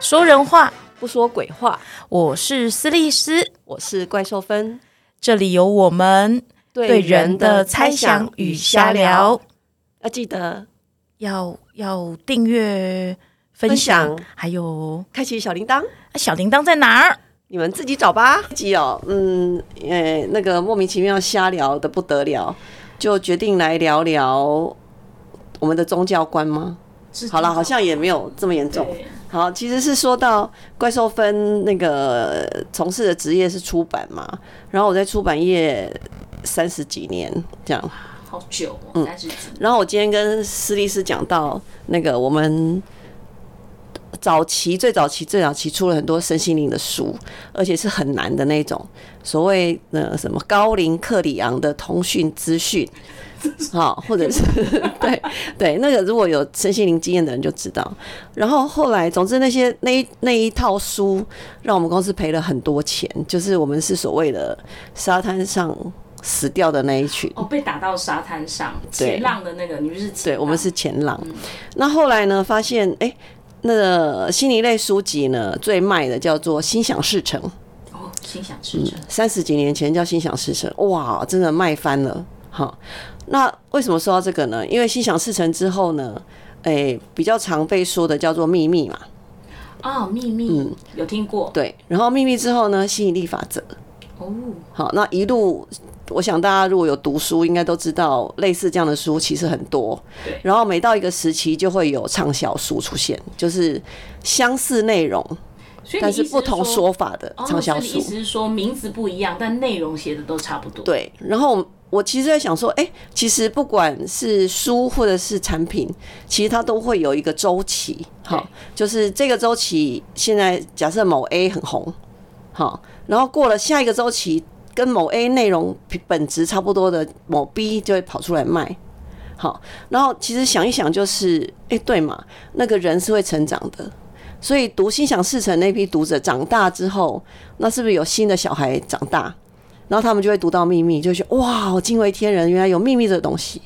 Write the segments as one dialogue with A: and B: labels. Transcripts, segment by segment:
A: 说人话，
B: 不说鬼话。
A: 我是斯利斯，
B: 我是怪兽芬，
A: 这里有我们对人的猜想与瞎聊。，
B: 要记得
A: 要要订阅、分
B: 分
A: 享，
B: 享
A: 还有
B: 开启小铃铛，
A: 啊小铃铛在哪儿？
B: 你们自己找吧。这集哦，嗯，呃，那个莫名其妙瞎聊的不得了，就决定来聊聊我们的宗教观吗？好了，好像也没有这么严重。好，其实是说到怪兽分那个呃从事的职业是出版嘛，然后我在出版业三十几年这样。
C: 好久、
B: 嗯
C: 哦，三十几。
B: 然后我今天跟施律师讲到那个我们早期最早期最早期出了很多身心灵的书，而且是很难的那种，所谓呃什么高龄克里昂的通讯资讯。好，或者是 对对，那个如果有身心灵经验的人就知道。然后后来，总之那些那一那一套书，让我们公司赔了很多钱，就是我们是所谓的沙滩上死掉的那一群。
C: 哦，被打到沙滩上，
B: 对
C: 前浪的那个，你们是前
B: 对，
C: 浪
B: 我们是前浪。那后来呢，发现哎、诶那个心理类书籍呢，最卖的叫做《心想事成》，
C: 哦，心想事成。
B: 三十几年前叫《心想事成》，哇，真的卖翻了。好，那为什么说到这个呢？因为《心想事成》之后呢，哎、比较常被说的叫做秘密嘛，
C: 哦，秘密、
B: 嗯
C: 有听过
B: 对。然后秘密之后呢，吸引力法则。
C: 哦，
B: 好，那一路，我想大家如果有读书，应该都知道，类似这样的书其实很多
C: 对。
B: 然后每到一个时期，就会有畅销书出现，就是相似内容，
C: 所以你
B: 但
C: 意思
B: 是
C: 是
B: 不同
C: 说
B: 说法的
C: 哦，
B: 畅
C: 所
B: 销
C: 以你
B: 书
C: 意。思是说名字不一样，但内容写的都差不多。，
B: 对，然后我我其实在想说，哎，其实不管是书或者是产品，其实它都会有一个周期，好
C: 对，
B: 就是这个周期现在假设某 A 很红，好，然后过了下一个周期，跟某 A 内容本质差不多的某 B 就会跑出来卖。好，然后其实想一想，就是哎、对嘛，那个人是会成长的，所以读心想事成那批读者长大之后，那是不是有新的小孩长大？然后他们就会读到秘密，就会觉得哇，我惊为天人，原来有秘密这个东西。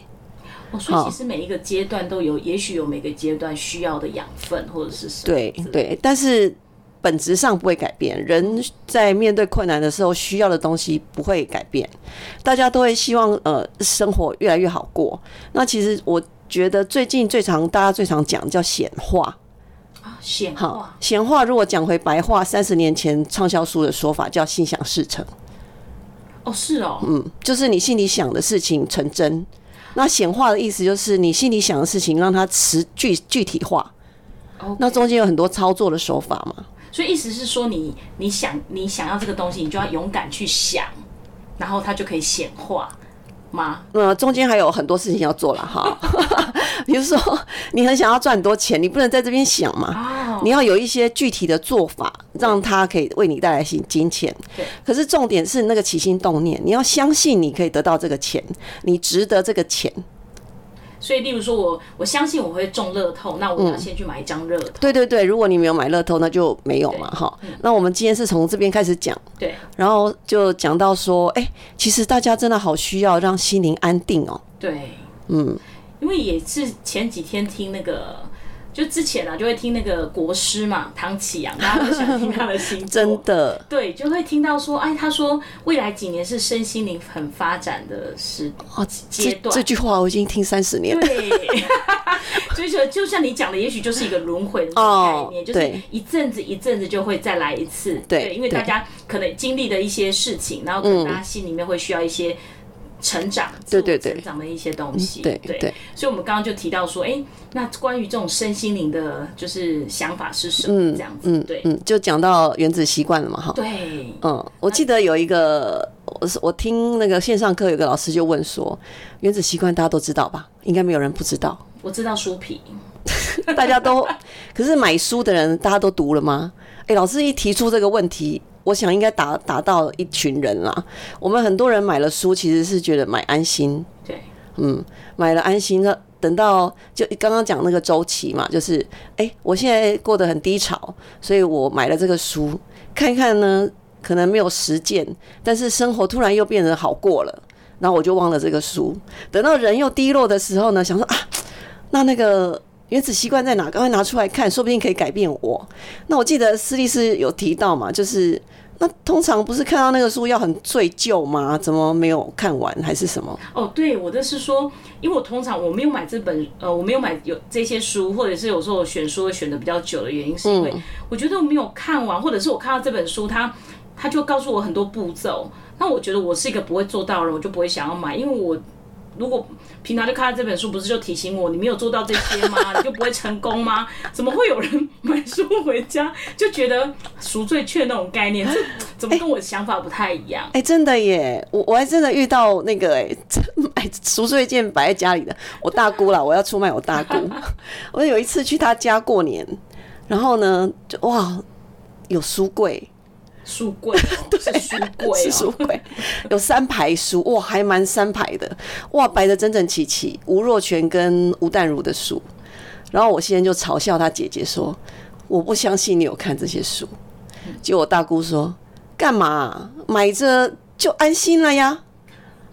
C: 哦，所以其实每一个阶段都有，也许有每个阶段需要的养分或者是什么。
B: 对对，但是本质上不会改变。人在面对困难的时候，需要的东西不会改变。大家都会希望呃生活越来越好过。那其实我觉得最近最常大家最常讲叫显化，
C: 啊，显
B: 好
C: 化，
B: 闲话如果讲回白话，三十年前畅销书的说法叫心想事成，
C: 哦，是哦，
B: 嗯，就是你心里想的事情成真。那显化的意思就是你心里想的事情，让它实具具体化。
C: 哦，
B: 那中间有很多操作的手法嘛，
C: 所以意思是说你，你想你想要这个东西，你就要勇敢去想，然后它就可以显化吗？
B: 那嗯中间还有很多事情要做了哈。 比如说，你很想要赚很多钱，你不能在这边想嘛，
C: 哦，
B: 你要有一些具体的做法，让它可以为你带来金金钱
C: 对。
B: 可是重点是那个起心动念，你要相信你可以得到这个钱，你值得这个钱。
C: 所以例如说我我相信我会中乐透，
B: 嗯
C: 那我要先去买一张乐透，
B: 对对对，如果你没有买乐透，那就没有嘛哈。那我们今天是从这边开始讲，
C: 对，
B: 然后就讲到说，哎、其实大家真的好需要让心灵安定哦。
C: 对，嗯，因为也是前几天听那个。就之前啊，就会听那个国师嘛，唐启阳，大家都想听他的星座，
B: 真的，
C: 对，就会听到说，哎，他说未来几年是身心灵很发展的时
B: 哦，
C: 阶
B: 这
C: 段
B: 这句话我已经听三十年了。
C: 对，所以说 就像你讲的，也许就是一个轮回的那种概念，
B: 哦
C: 就是
B: 对
C: 一阵子一阵子就会再来一次。
B: 对
C: 因为大
B: 对嗯
C: 家可能经历的一些事情，然后可能大家心里面会需要一些成长，
B: 对对
C: 自我
B: 对
C: 成长的一些东西。
B: 对
C: 对
B: 对
C: 所以我们刚刚就提到说，哎、那关于这种身心灵的，就是想法是什么？这样子，对、
B: 嗯，就讲到原子习惯了嘛哈。
C: 对。
B: 嗯，我记得有一个，我是我听那个线上课，有个老师就问说，原子习惯大家都知道吧？应该没有人不知道，
C: 我知道书皮，
B: 大家都。可是买书的人，大家都读了吗？哎、老师一提出这个问题，我想应该打打到一群人啦。我们很多人买了书，其实是觉得买安心，
C: 对，
B: 嗯，买了安心，那等到就刚刚讲那个周期嘛，就是哎、诶我现在过得很低潮，所以我买了这个书，看一看呢，可能没有实践，但是生活突然又变得好过了，然后我就忘了这个书。等到人又低落的时候呢，想说啊，那那个原子习惯在哪？赶快拿出来看，说不定可以改变我。那我记得斯利斯有提到嘛，就是那通常不是看到那个书要很醉旧吗？怎么没有看完还是什么？
C: 哦，对，我的是说，因为我通常我没有买这本，呃，我没有买有这些书，或者是有时候我选书会选的比较久的原因，是因为
B: 嗯
C: 我觉得我没有看完，或者是我看到这本书它。他就告诉我很多步骤，那我觉得我是一个不会做到的人，我就不会想要买，因为我如果平常就看到这本书，不是就提醒我你没有做到这些吗？ 你就不会成功吗？怎么会有人 买书回家就觉得赎罪券那种概念？这怎么跟我的想法不太一样？
B: 哎、欸，真的耶，我我还真的遇到那个哎， 买赎罪券摆在家里的，我大姑啦，我要出卖我大姑。 我有一次去她家过年，然后呢，就哇，有书柜。
C: 书柜、 哦，对，书柜、哦，
B: 是书柜， 有三排书，哇，还蛮三排的，哇，摆的整整齐齐。吴若权跟吴淡如的书，然后我现在就嘲笑他姐姐说：“我不相信你有看这些书。”结果我大姑说：“干嘛、啊、买着就安心了呀？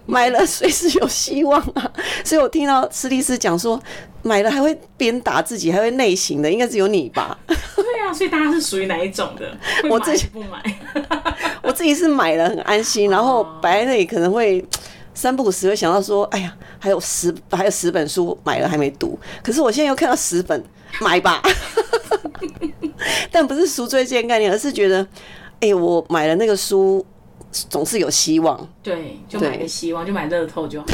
B: 买了随时有希望啊！”所以我听到斯蒂斯讲说，买了还会鞭打自己，还会内省的，应该只有你吧。
C: 对啊，所以大家是属于哪一种 的？
B: 我自己
C: 不买，
B: 我自己是买了很安心，然后摆在那里可能会三不五时会想到说，哎呀，还有十还有十本书买了还没读，可是我现在又看到十本，买吧。 但不是赎罪券概念，而是觉得，哎、欸，我买了那个书，总是有希望。
C: 对，就买个希望，就买乐透就好。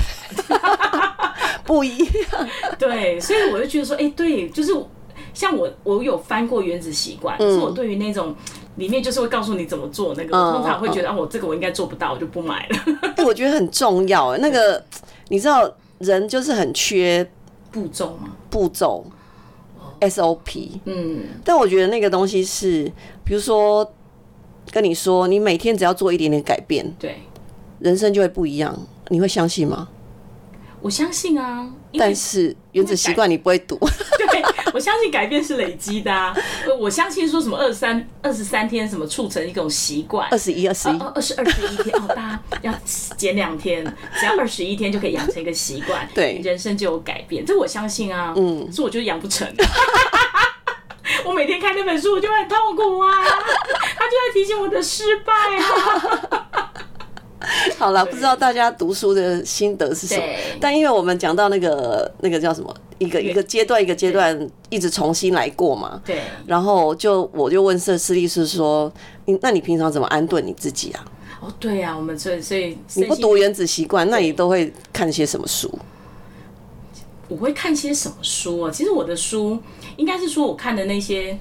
B: 不一 样。
C: 对，所以我就觉得说，哎、欸，对，就是。像我，我有翻过《原子习
B: 嗯
C: 惯》，可是我对于那种里面就是会告诉你怎么做那个，我通常
B: 嗯
C: 会觉得啊，我这个我应该做不到，我就不买了。
B: 哎，我觉得很重要。那个你知道，人就是很缺
C: 步骤吗？
B: 步骤 SOP。
C: 嗯，
B: 但我觉得那个东西是，比如说跟你说，你每天只要做一点点改变，
C: 对，
B: 人生就会不一样。你会相信吗？
C: 我相信啊，
B: 但是原子习惯你不会读。
C: 对，我相信改变是累积的啊。我相信说什么二三二十三天什么促成一种习惯，
B: 二十一、二十一、
C: 二十二十一天哦，大家要减两天，只要二十一天就可以养成一个习惯，
B: 对，
C: 人生就有改变。这我相信啊，
B: 嗯，
C: 所以我就养不成。 我每天看那本书，我就很痛苦啊， 他就在提醒我的失败啊。
B: 好了，不知道大家读书的心得是什么？但因为我们讲到那个那个叫什么，一个一个阶段一个阶段一直重新来过嘛。
C: 对。
B: 然后就我就问设施律师说：“你那你平常怎么安顿你自己啊？”
C: 哦，对呀、啊，我们所以所以
B: 你不读《原子习惯》，那你都会看些什么书？
C: 我会看些什么书啊？其实我的书应该是说我看的那些。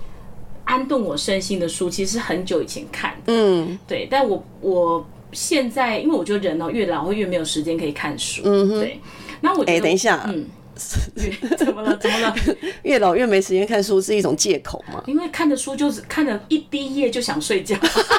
C: 安顿我身心的书，其实很久以前看的，
B: 嗯，
C: 对。但我我现在，因为我觉得人哦、喔、越老会越没有时间可以看书，
B: 嗯哼，
C: 对。那我
B: 哎、欸，等一下，
C: 嗯，越 怎么了？怎么了？
B: 越老越没时间看书是一种借口嘛？
C: 因为看的书就是看了一滴页就想睡觉，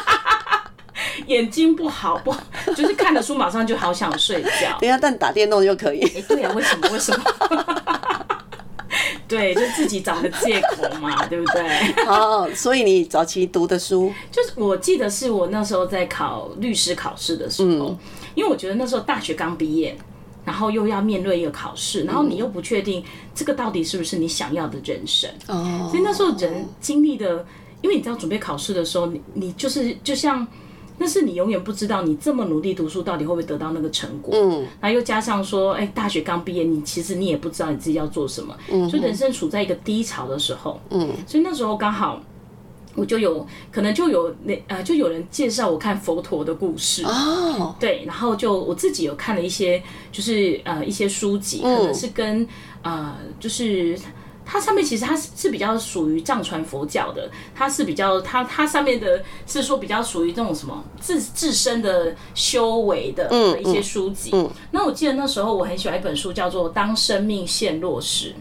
C: 眼睛不好不好，就是看了书马上就好想睡觉。
B: 等一下，但打电动就可以。哎、
C: 欸，对呀、啊，为什么？为什么？ 对，就自己找个借口嘛，对不对？
B: 哦，所以你早期读的书，
C: 就是我记得是我那时候在考律师考试的时候，
B: 嗯、
C: 因为我觉得那时候大学刚毕业，然后又要面对一个考试，然后你又不确定这个到底是不是你想要的人生，
B: 哦、
C: 所以那时候人经历的，因为你知道准备考试的时候，你你就是就像。但是你永远不知道，你这么努力读书，到底会不会得到那个成果？
B: 嗯，
C: 然后又加上说，哎、欸，大学刚毕业，你其实你也不知道你自己要做什么，
B: 嗯，
C: 所以人生处在一个低潮的时候，
B: 嗯，
C: 所以那时候刚好我就有可能就有那呃，就有人介绍我看佛陀的故事
B: 哦，
C: 对，然后就我自己有看了一些，就是呃一些书籍，可能是跟、嗯、呃就是。它上面其实它是是比较属于藏传佛教的，它是比较它它上面的是说比较属于这种什么自自身的修为的一些书籍。
B: 嗯嗯嗯、
C: 那我记得那时候我很喜欢一本书叫做《当生命陷落时》。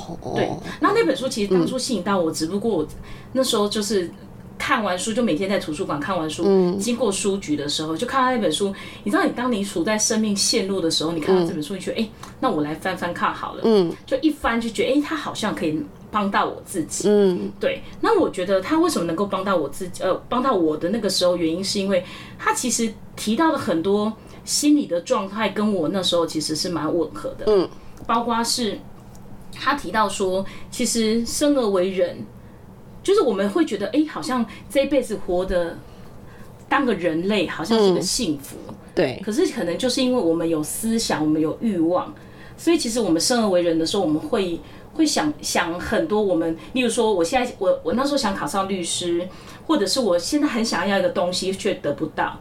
B: 哦，
C: 对，那那本书其实当初吸引到我，只不过我那时候就是看完书就每天在图书馆看完书，
B: 嗯
C: 经过书局的时候就看到那本书。你知道，你当你处在生命陷落的时候，你看到这本书，你觉得哎。欸那我来翻翻看好了，
B: 嗯，
C: 就一翻就觉得，哎、欸，他好像可以帮到我自己，
B: 嗯，
C: 对。那我觉得他为什么能够帮到我自己，呃，帮到我的那个时候，原因是因为他其实提到了很多心理的状态，跟我那时候其实是蛮吻合的，
B: 嗯，
C: 包括是他提到说，其实生而为人，就是我们会觉得，哎、好像这一辈子活得当个人类，好像是个幸福。
B: 对，
C: 可是可能就是因为我们有思想，我们有欲望，所以其实我们生而为人的时候，我们会会想想很多。我们例如说，我现在我我那时候想考上律师，或者是我现在很想要一个东西却得不到，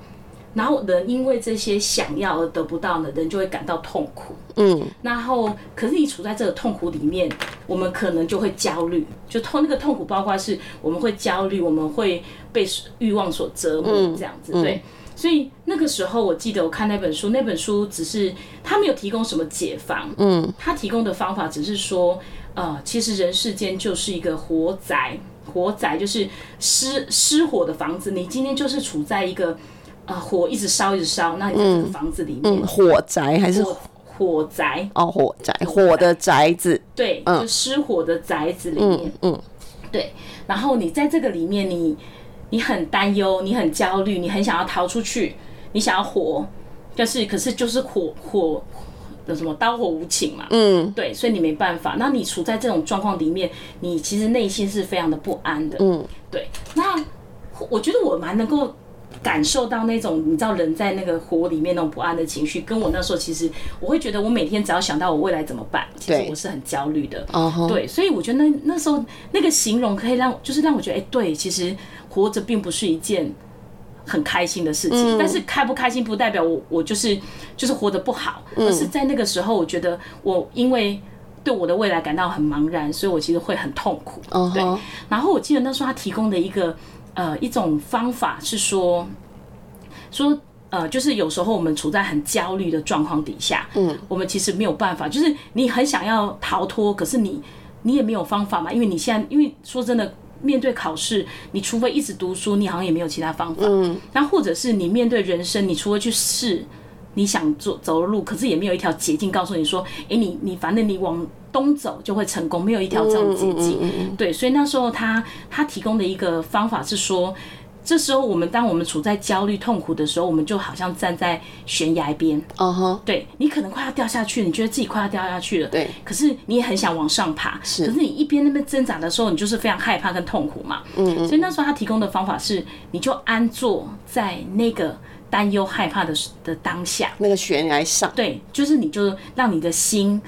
C: 然后人因为这些想要而得不到呢，人就会感到痛苦。
B: 嗯，
C: 然后，可是你处在这个痛苦里面，我们可能就会焦虑，就痛那个痛苦，包括是我们会焦虑，我们会被欲望所折磨，
B: 嗯
C: 这样子、对。所以那个时候，我记得我看那本书，那本书只是他没有提供什么解放，嗯，他提供的方法只是说，呃，其实人世间就是一个火宅，火宅就是失失火的房子，你今天就是处在一个呃火一直烧一直烧，那你在这个房子里面，
B: 嗯，火宅还是
C: 火火宅，
B: 哦火宅，火的宅子，
C: 对，就失火的宅子里面，
B: 嗯嗯
C: 对。然后你在这个里面你，你很担忧，你很焦虑，你很想要逃出去，你想要活，但是可是就是火火有什么刀火无情嘛，
B: 嗯
C: 对，所以你没办法。那你处在这种状况里面，你其实内心是非常的不安的，
B: 嗯，
C: 对。那我觉得我蛮能够。感受到那种你知道人在那个火里面那种不安的情绪，跟我那时候其实我会觉得我每天只要想到我未来怎么办，其实
B: 对
C: 我是很焦虑的。
B: 哦吼，
C: 对，所以我觉得那那时候那个形容可以让，就是让我觉得，哎、对，其实活着并不是一件很开心的事情。但是开不开心不代表我我就是就是活得不好，而是在那个时候，我觉得我因为对我的未来感到很茫然，所以我其实会很痛苦。
B: 哦
C: 对
B: 吼，
C: 然后我记得那时候他提供的一个呃一种方法是说说。呃，就是有时候我们处在很焦虑的状况底下，嗯，我们其实没有办法，就是你很想要逃脱，可是你你也没有方法嘛，因为你现在，因为说真的，面对考试，你除非一直读书，你好像也没有其他方法，嗯，那或者是你面对人生，你除了去试你想走走的路，可是也没有一条捷径告诉你说，诶，你你反正你往东走就会成功，没有一条这样的捷径，对，所以那时候他他提供的一个方法是说，这时候我们当我们处在焦虑痛苦的时候，我们就好像站在悬崖边，
B: 哦吼，
C: 对你可能快要掉下去，你觉得自己快要掉下去了，
B: 对，
C: 可是你也很想往上爬，
B: 是
C: 可是你一边那边挣扎的时候，你就是非常害怕跟痛苦嘛，嗯所以那时候他提供的方法是，你就安坐在那个担忧害怕的时的当下，
B: 那个悬崖上，
C: 对，就是你就让你的心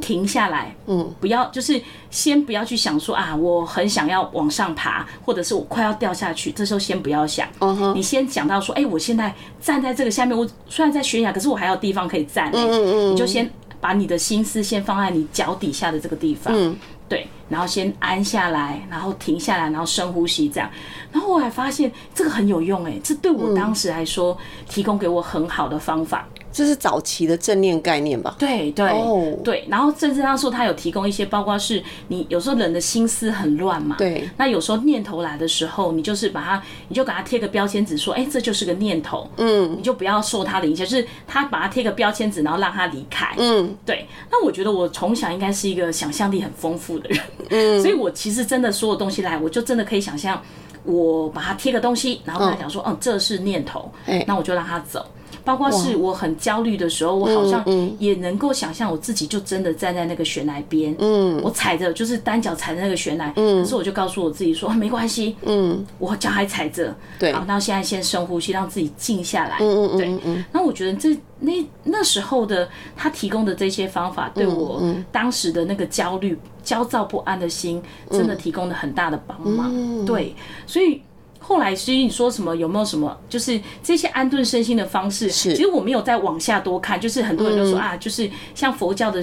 C: 停下来，嗯，不要就是先不要去想说啊，我很想要往上爬，或者是我快要掉下去，这时候先不要想，
B: 嗯哼，
C: 你先想到说，哎、我现在站在这个下面，我虽然在悬崖，可是我还有地方可以站、
B: 嗯
C: 欸，你就先把你的心思先放在你脚底下的这个地方，
B: 嗯
C: 对，然后先安下来，然后停下来，然后深呼吸这样。然后我还发现这个很有用、欸，哎，这对
B: 嗯
C: 我当时来说、提供给我很好的方法。
B: 这是早期的正念概念吧？
C: 对对、
B: 哦
C: 对，然后甚至他说他有提供一些，包括是你有时候人的心思很乱嘛，
B: 对，
C: 那有时候念头来的时候，你就是把它，你就给它贴个标签纸，说，哎、这就是个念头，嗯，你就不要受它的影响，就是他把它贴个标签纸，然后让它离开，
B: 嗯，
C: 对。那我觉得我从小应该是一个想象力很丰富的人，嗯， 所以我其实真的所有东西来，我就真的可以想象，我把它贴个东西，然后跟他讲说，哦、这是念头，
B: 哎
C: 那我就让它走。包括是我很焦虑的时候，我好像也能够想象我自己就真的站在那个悬崖边，嗯，我踩着就是单脚踩着那个悬崖，嗯，可是我就告诉我自己说、啊没关系，嗯，我脚还踩着，
B: 对
C: 好，那现在先深呼吸，让自己静下来，
B: 嗯嗯
C: 对
B: 嗯嗯，
C: 那我觉得这那那时候的他提供的这些方法，对我当时的那个焦虑、焦躁不安的心，真的提供了很大的帮忙。对，所以后来所以你说什么有没有什么，就是这些安顿身心的方式，
B: 是嗯
C: 其实我没有再往下多看，就是很多人都说、啊，就是像佛教的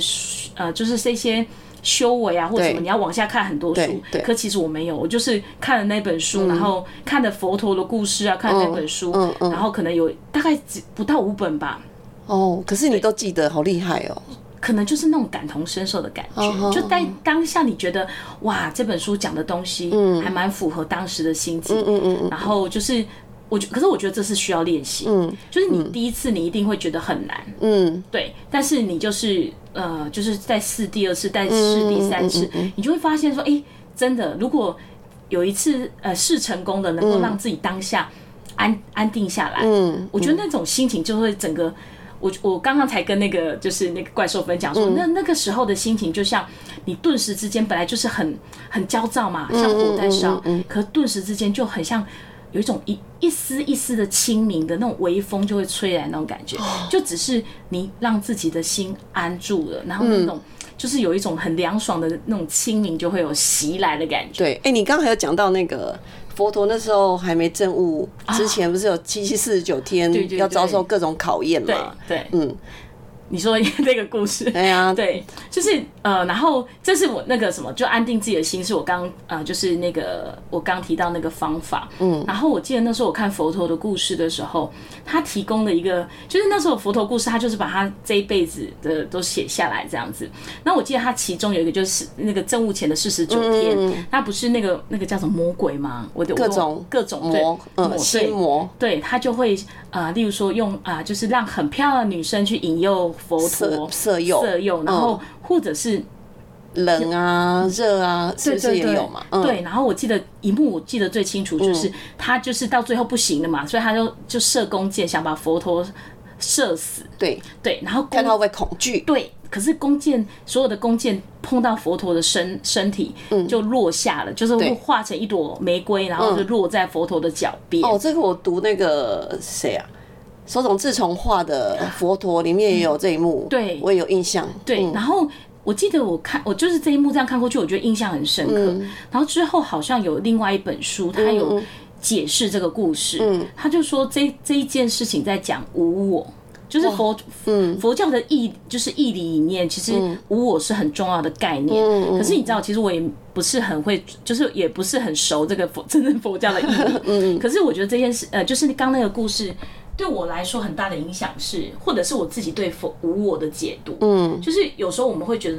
C: 呃，就是这些。修为啊，或者什么，
B: 对
C: 你要往下看很多书
B: 对，对
C: 可其实我没有，我就是看了那本书，然后看了佛陀的故事啊，看了那本书，
B: 嗯嗯
C: 然后可能有大概只不到五本吧，
B: 哦，可是你都记得，好厉害哦，
C: 可能就是那种感同身受的感
B: 哦吼
C: 觉，就在当下你觉得哇，这本书讲的东西还蛮符合当时的心境，
B: 嗯嗯嗯，
C: 然后就是我觉，可是我觉得这是需要练习，嗯，就是你第一次你一定会觉得很难，
B: 嗯，
C: 对，但是你就是呃，就是在试第二次，再
B: 嗯
C: 试第三次，你就会发现说，哎、真的，如果有一次呃试成功的，能够让自己当下安、安定下来，嗯，我觉得那种心情就会整个。我我刚刚才跟那个就是那个怪兽分享说，那那个时候的心情就像你顿时之间本来就是很很焦躁嘛，像火在烧，可顿时之间就很像。有一种一一丝一丝的清明的那种微风就会吹来那种感觉，就只是你让自己的心安住了，然后那种就是有一种很凉爽的那种清明就会有袭来的感觉。
B: 对，哎、你刚刚还有讲到那个佛陀那时候还没证悟之前，不是有七七四十九天
C: 对对对
B: 要遭受各种考验
C: 对
B: 嘛？
C: 对，
B: 嗯，
C: 你说那个故事，
B: 哎呀，
C: 对，就是呃，然后这是我那个什么，就安定自己的心，是我刚呃，就是那个我刚提到那个方法，嗯，然后我记得那时候我看佛陀的故事的时候，他提供的一个，就是那时候佛陀故事，他就是把他这一辈子的都写下来这样子。那我记得他其中有一个就是那个正悟前的四十九天，他不是那个那个叫什么魔鬼吗？我的
B: 嗯各种
C: 各种对
B: 魔，
C: 对
B: 嗯，心魔，
C: 对他就会啊、呃例如说用啊、呃就是让很漂亮的女生去引诱佛陀
B: 色色诱嗯
C: 色诱，然后或者是、
B: 冷啊，热啊，是不是
C: 对对
B: 也有嘛？嗯，
C: 对，然后我记得一幕我记得最清楚就是、他就是到最后不行了嘛，所以他就就射弓箭想把佛陀射死，
B: 对，
C: 对，然后弓
B: 看他会不会恐惧，
C: 对，可是弓箭所有的弓箭碰到佛陀的身身体，就落下了，就是
B: 嗯对嗯
C: 会化成一朵玫瑰，然后就落在佛陀的脚边。
B: 哦，这个我读那个谁啊，手冢治虫画的《佛陀》里面也有这一幕，
C: 对
B: 我也有印象。
C: 对，然后我记得我看我就是这一幕这样看过去，我觉得印象很深刻。然后之后好像有另外一本书，它有解释这个故事，他就说这这一件事情在讲无我。就是佛，佛教的义就是义理里面，其实无我是很重要的概念。可是你知道，其实我也不是很会，就是也不是很熟这个佛 真正佛教的义理。可是我觉得这件事，呃，就是刚那个故事，对我来说很大的影响是，或者是我自己对佛无我的解读。嗯，就是有时候我们会觉得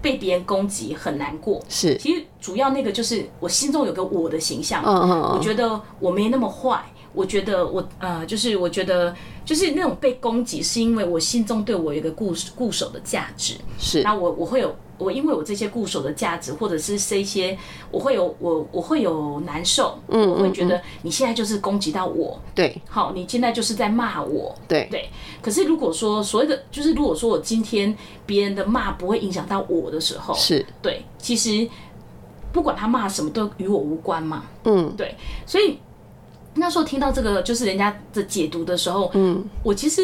C: 被别人攻击很难过，
B: 是，
C: 其实主要那个就是我心中有个我的形象，
B: 嗯嗯
C: 我觉得我没那么坏，我觉得我呃，就是我觉得就是那种被攻击，是因为我心中对我有一个固固守的价值，
B: 是
C: 那我我会有我因为我这些固守的价值，或者是这些，我会有我我会有难受，嗯，我会觉得你现在就是攻击到我，
B: 对
C: 好，你现在就是在骂我，
B: 对
C: 对。可是如果说所谓的就是如果说我今天别人的骂不会影响到我的时候，
B: 是，
C: 对，其实不管他骂什么都与我无关嘛。
B: 嗯，
C: 对，所以那时候听到这个就是人家的解读的时候，嗯，我其实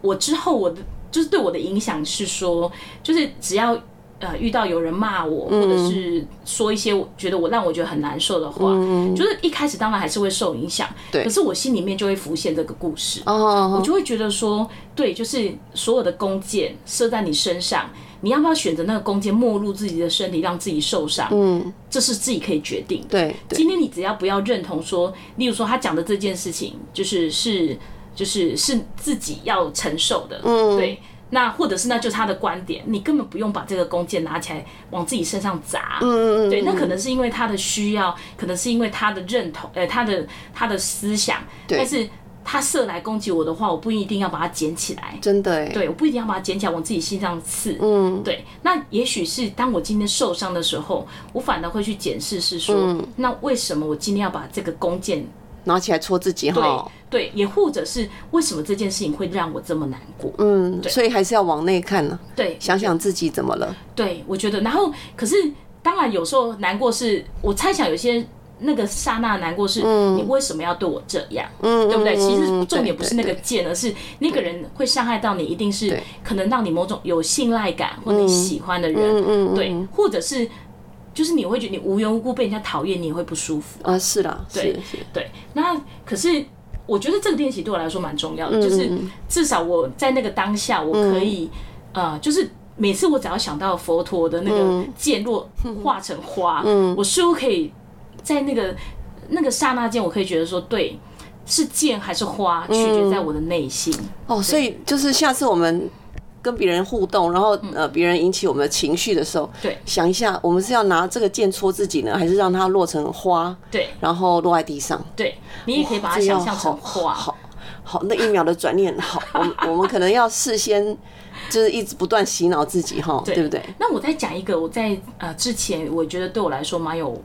C: 我之后我的就是对我的影响是说，就是只要。呃，遇到有人骂我，或者
B: 嗯
C: 是说一些我觉得我让我觉得很难受的话，就是一开始当然还是会受影响，
B: 嗯对
C: 可是我心里面就会浮现这个故事，
B: 哦哦，
C: 我
B: 哦
C: 就会觉得说，对，就是所有的弓箭射在你身上，你要不要选择那个弓箭没入自己的身体，让自己受伤？嗯，这是自己可以决定的。
B: 对对
C: 今天你只要不要认同说，例如说他讲的这件事情，就是是就是是自己要承受的，嗯，对。那或者是那就是他的观点，你根本不用把这个弓箭拿起来往自己身上砸，嗯嗯对，那可能是因为他的需要，可能是因为他的认同，呃，他的他的思想，
B: 对
C: 但是他射来攻击我的话，我不一定要把它捡起来，
B: 真的哎，
C: 对，我不一定要把它捡起来往自己心上刺。嗯，对。那也许是当我今天受伤的时候，我反而会去检视，是说、
B: 嗯
C: 那为什么我今天要把这个弓箭？
B: 拿起来戳自己
C: 对、
B: 哈，
C: 对，也或者是为什么这件事情会让我这么难过？
B: 嗯，
C: 对
B: 所以还是要往内看呢，
C: 对，
B: 想想自己怎么了，
C: 对，我觉得，然后可是当然有时候难过是，我猜想有些那个刹那难过是，你为什么要对我这样，嗯、对不对？
B: 嗯
C: 其
B: 嗯
C: 实
B: 嗯
C: 重
B: 对
C: 点不是那个
B: 对
C: 剑，而是那个人会伤害到你，一定是
B: 对
C: 可能让你某种有信赖感或你喜欢的人，
B: 嗯嗯
C: 对，或者是就是你会觉得你无缘无故被人家讨厌，你也会不舒服。
B: 啊，是啦，
C: 对
B: 是是，
C: 对，那可是我觉得这个练习对我来说蛮重要的，
B: 嗯
C: 就是至少我在那个当下，我可以、
B: 嗯
C: 呃，就是每次我只要想到佛陀的那个剑落化成花，
B: 嗯
C: 我似乎可以在那个那个刹那间，我可以觉得说，对，是剑还是花，
B: 嗯
C: 取决在我的内心。
B: 哦，所以就是下次我们。跟别人互动，然后呃，别人引起我们的情绪的时候，
C: 嗯对
B: 想一下，我们是要拿这个剑戳自己呢，还是让它落成花，
C: 对
B: 然后落在地上？
C: 对，你也可以把它
B: 这要
C: 想象成
B: 好
C: 花。
B: 好好，那一秒的转念，好， 我们我们可能要事先就是一直不断洗脑自己哈，对不对？
C: 那我再讲一个，我在呃之前我觉得对我来说蛮有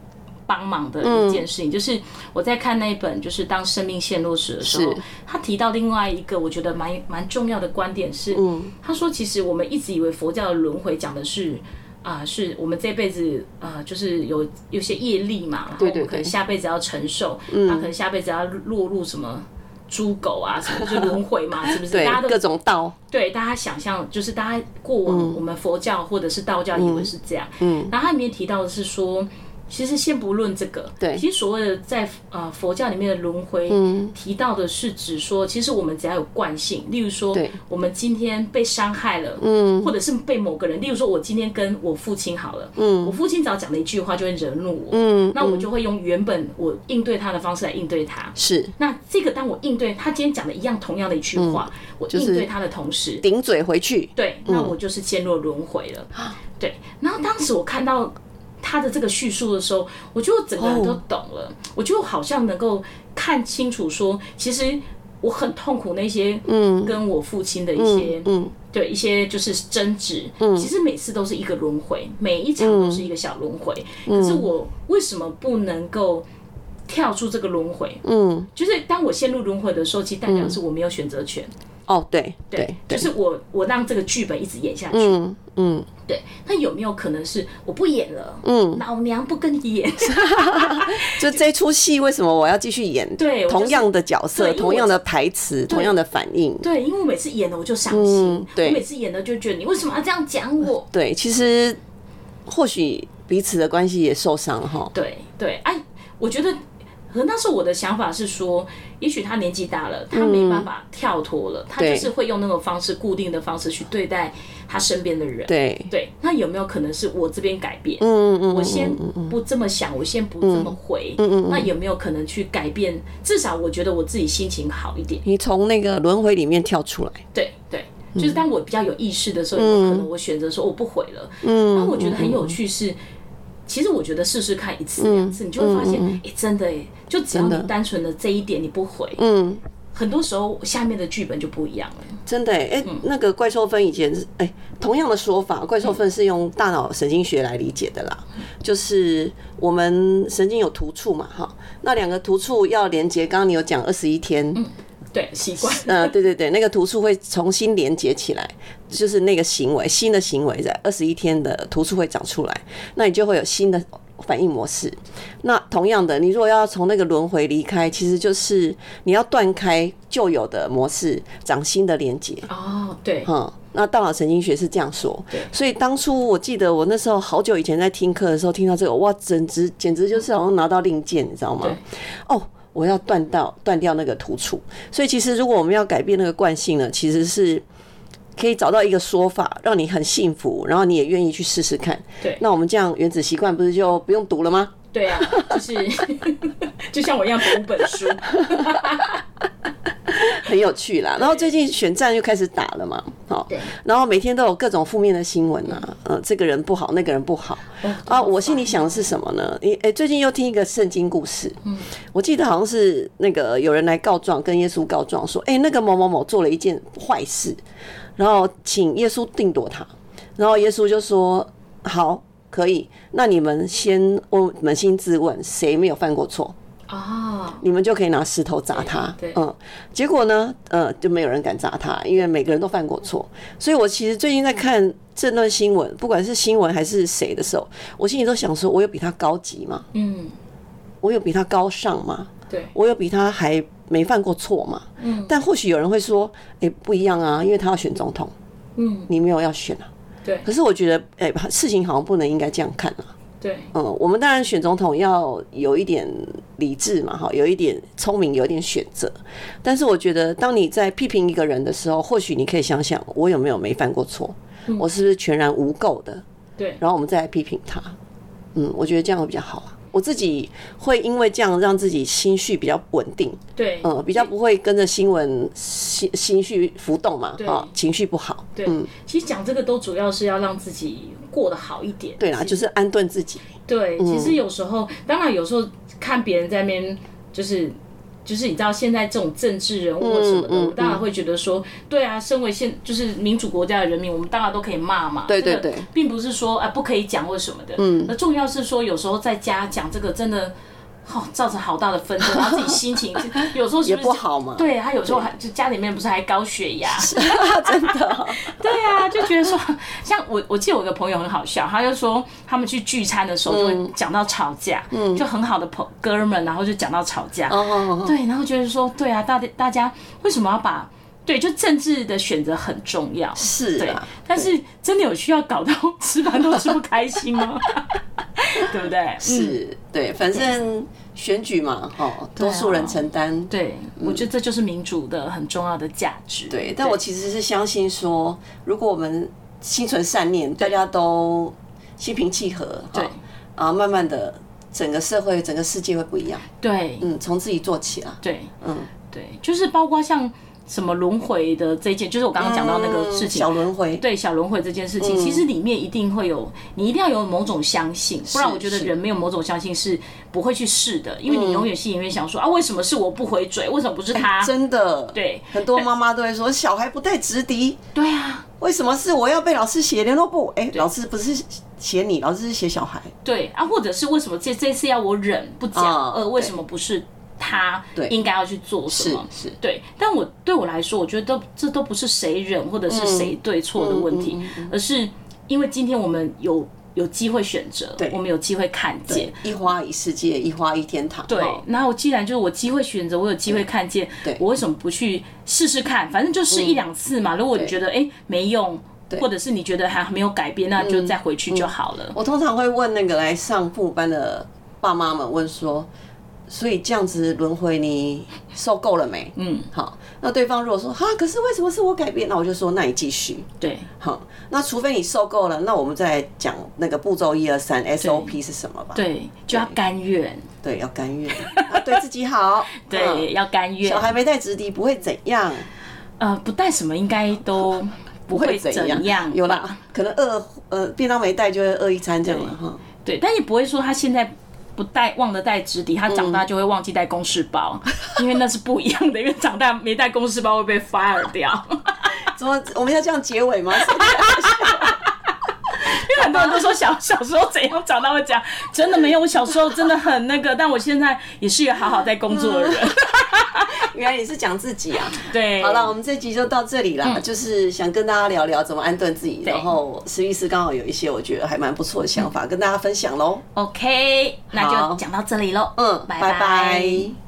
C: 帮忙的一件事情，就是我在看那一本就是《当生命陷落时》的时候
B: 是，
C: 他提到另外一个我觉得蛮蛮重要的观点是，
B: 嗯
C: 他说其实我们一直以为佛教的轮回讲的是。啊、是我们这辈子啊、就是有有些业力嘛，然后我
B: 对
C: 们可能下辈子要承受，嗯，他可能下辈子要落入什么猪狗啊，什么就轮回嘛，是不是？
B: 对
C: 大家，都
B: 各种道，
C: 对大家想象，就是大家过往我们佛教或者是道教以为是这样，嗯，然后他里面提到的是说，其实先不论这个，
B: 对
C: 其实所谓的在呃佛教里面的轮回，嗯，提到的是指说，其实我们只要有惯性，例如说
B: 对，
C: 我们今天被伤害了，嗯，或者是被某个人，例如说我今天跟我父亲好了，嗯，我父亲只要讲了一句话就会惹怒我，嗯，那我就会用原本我应对他的方式来应对他，
B: 是
C: 那这个当我应对他今天讲的一样同样的一句话，我应对他的同时，
B: 顶嘴回去，
C: 对，那我就是陷入轮回了。对，然后当时我看到他的这个叙述的时候，我就整个人都懂了，我就好像能够看清楚说，其实我很痛苦那些，嗯，跟我父亲的一些，嗯。对一些就是争执，其实每次都是一个轮回，每一场都是一个小轮回。可是我为什么不能够跳出这个轮回？
B: 嗯，
C: 就是当我陷入轮回的时候，其实代表是我没有选择权。
B: 哦，对
C: 对
B: 对，
C: 就
B: 对，
C: 是我我让这个剧本一直演下去。
B: 嗯嗯，
C: 对，那有没有可能是我不演了？
B: 嗯，
C: 老娘不跟你演。
B: 就这出戏为什么我要继续演？
C: 对我就是
B: 同样的角色，
C: 对因为我
B: 同样的台词，同样的反应，
C: 对，因为我每次演了我就伤心，
B: 嗯对
C: 我每次演了就觉得你为什么要这样讲我？
B: 对，其实或许彼此的关系也受伤了哈。
C: 对对，哎，我觉得。可能那时候我的想法是说，也许他年纪大了，他没办法跳脱了，他就
B: 嗯对
C: 是会用那种方式、固定的方式去对待他身边的人。
B: 对，
C: 对，那有没有可能是我这边改变？
B: 嗯嗯，
C: 我先不这么想，我先不这么回，那有没有可能去改变？至少我觉得我自己心情好一点。
B: 你从那个轮回里面跳出来，
C: 对对，
B: 嗯
C: 就是当我比较有意识的时候，有没有可能我选择说我哦不回了。嗯，那我觉得很有趣
B: 嗯
C: 是。其实我觉得试试看一次两次，你就会发现，哎、真的哎、就只要
B: 嗯真
C: 你
B: 的
C: 单纯的这一点你不回，
B: 嗯，
C: 很多时候下面的剧本就不一样了。
B: 真的哎、哎、那个怪兽分以前是哎、同样的说法，怪兽分是用大脑神经学来理解的啦，就是我们神经有突触嘛，哈，那两个突触要连接，刚刚你有讲二十一天，
C: 对，习惯。
B: 呃，对对对，那个突触会重新连接起来，就是那个行为，新的行为在二十一天的突触会长出来，那你就会有新的反应模式。那同样的，你如果要从那个轮回离开，其实就是你要断开旧有的模式，长新的连接。
C: 哦，对，
B: 嗯，那大脑神经学是这样说
C: 对，
B: 所以当初我记得我那时候好久以前在听课的时候听到这个，哇，简直简直就是好像拿到令箭，你知道吗
C: 对？
B: 哦，我要断到断掉那个突触，所以其实如果我们要改变那个惯性呢，其实是。可以找到一个说法，让你很幸福，然后你也愿意去试试看。
C: 对
B: 那我们这样原子习惯不是就不用读了吗？
C: 对啊，就是 就像我一样读五本书，
B: 很有趣啦。然后最近选战又开始打了嘛，好
C: 对，
B: 然后每天都有各种负面的新闻啊，呃，这个人不好，那个人不好啊。我心里想的是什么呢？诶、诶最近又听一个圣经故事，嗯，我记得好像是那个有人来告状，跟耶稣告状说，诶、那个某某某做了一件坏事，然后请耶稣定夺他，然后耶稣就说，好，可以，那你们先问扪心自问，谁没有犯过错？
C: 哦，
B: 你们就可以拿石头砸他。
C: 对对
B: 嗯，结果呢，呃，就没有人敢砸他，因为每个人都犯过错。所以我其实最近在看这段新闻，不管是新闻还是谁的时候，我心里都想说，我有比他高级吗？
C: 嗯，
B: 我有比他高尚吗？
C: 对，
B: 我有比他还没犯过错吗？嗯，但或许有人会说，诶，不一样啊，因为他要选总统，
C: 嗯，
B: 你没有要选啊。
C: 对
B: 可是我觉得，诶，事情好像不能应该这样看啊。
C: 对，
B: 嗯，我们当然选总统要有一点理智嘛，哈，有一点聪明，有一点选择。但是我觉得，当你在批评一个人的时候，或许你可以想想，我有没有没犯过错？我是不是全然无垢的？
C: 嗯对
B: 然后我们再来批评他。嗯，我觉得这样会比较好啊。我自己会因为这样让自己心绪比较稳定，
C: 对，
B: 嗯，比较不会跟着新闻心心绪浮动嘛，
C: 对
B: 啊，情绪不好。
C: 对，其实讲这个都主要是要让自己过得好一点。
B: 对啦，嗯就是安顿自己。
C: 对，其实有时候，当然有时候看别人在那边就是就是你知道现在这种政治人物或什么的，
B: 嗯嗯
C: 我当然会觉得说，对啊，身为现就是民主国家的人民，我们当然都可以骂嘛。
B: 对对
C: 这个
B: 对
C: 并不是说啊不可以讲或什么的。嗯，那重要是说有时候在家讲这个真的。哦，造成好大的纷争，然后自己心 情有时候是
B: 也
C: 是
B: 不好嘛
C: 对他有时候还就家里面不是还高血压，
B: 真的，
C: 对啊，就觉得说，像我我记得我有个朋友很好笑，他就说他们去聚餐的时候就会讲到吵架，嗯，就很好的朋哥们，然后就讲到吵架，
B: 哦，
C: 对，然后觉得说，对啊，大家大家为什么要把对就政治的选择很重要，
B: 是
C: 对
B: 啊，，
C: 但是真的有需要搞到吃饭都吃不开心吗？ 对不对？嗯，啊
B: 是，对，反正选举嘛，哈，多数人承担，
C: 对，我觉得这就是民主的很重要的价值。
B: 嗯对，但我其实是相信说，如果我们心存善念，大家都心平气和，哈
C: 对，
B: 啊，慢慢的，整个社会、整个世界会不一样。
C: 对
B: 嗯，从自己做起啊。
C: 对
B: 嗯，
C: 对，就是包括像什么轮回的这一件，就是我刚刚讲到那个事情，
B: 嗯小轮嗯回，
C: 对小轮回这件事情，其实里面一定会有，你一定要有某种相信，不然我觉得
B: 是嗯
C: 人没有某种相信是不会去试的，因为你永远心里面想说、啊，为什么是我不回嘴，为什么不是他？
B: 哎真的，
C: 啊对
B: 很多妈妈都会说，小孩不带直笛，
C: 对啊，
B: 为什么是我要被老师写联络簿？哎、老师不是写你，老师是写小孩。
C: 对啊，或者是为什么这这次要我忍不讲，
B: 啊
C: 呃，为
B: 对
C: 什么不是他
B: 对
C: 应该要去做什么？
B: 是是
C: 对，但我对我来说，我觉得都这都不是谁忍或者是谁对错的问题，
B: 嗯嗯嗯
C: 而是因为今天我们有有机会选择
B: 对，
C: 我们有机会看见
B: 对。，一花一世界，一花一天堂。
C: 对
B: 哦，
C: 然后既然就是我机会选择，我有机会看见，
B: 对嗯
C: 我为什么不去试试看？反正就试一两次嘛。如果你觉得哎、诶没用，或者是你觉得还没有改变，那就再回去就好了。
B: 嗯我通常会问那个来上父母班的爸妈们，问说，所以这样子轮回你受够了没？嗯，好，那对方如果说哈，可是为什么是我改变？那我就说，那你继续。
C: 对
B: 好，那除非你受够了，那我们再来讲那个步骤一二三 SOP 是什么吧？
C: 对，就要甘愿，
B: 对，要甘愿，啊对自己好。
C: 对，
B: 嗯
C: 要甘愿
B: 小。孩没带直笛不会怎样，
C: 呃，不带什么应该 都不会怎
B: 样。
C: 样，
B: 有。啦，可能饿呃便当没带就会饿一餐这样了哈。
C: 对，但也不会说他现在。不带忘了带纸笛，他长
B: 嗯
C: 大就会忘记带公事包，因为那是不一样的。因为长大没带公事包会被 fire 掉。
B: 怎么我们要这样结尾吗？
C: 因为很多人都说小小时候怎样长大会这样，真的没有。我小时候真的很那个，但我现在也是一个好好在工作的人。
B: 原来你是讲自己啊。
C: 对，
B: 嗯好了，我们这集就到这里啦，就是想跟大家聊聊怎么安顿自己，
C: 嗯对
B: 然后石律师刚好有一些我觉得还蛮不错的想法，跟大家分享喽。
C: ，OK，那
B: 好
C: 就讲到这里喽。
B: 嗯，
C: 拜
B: 拜拜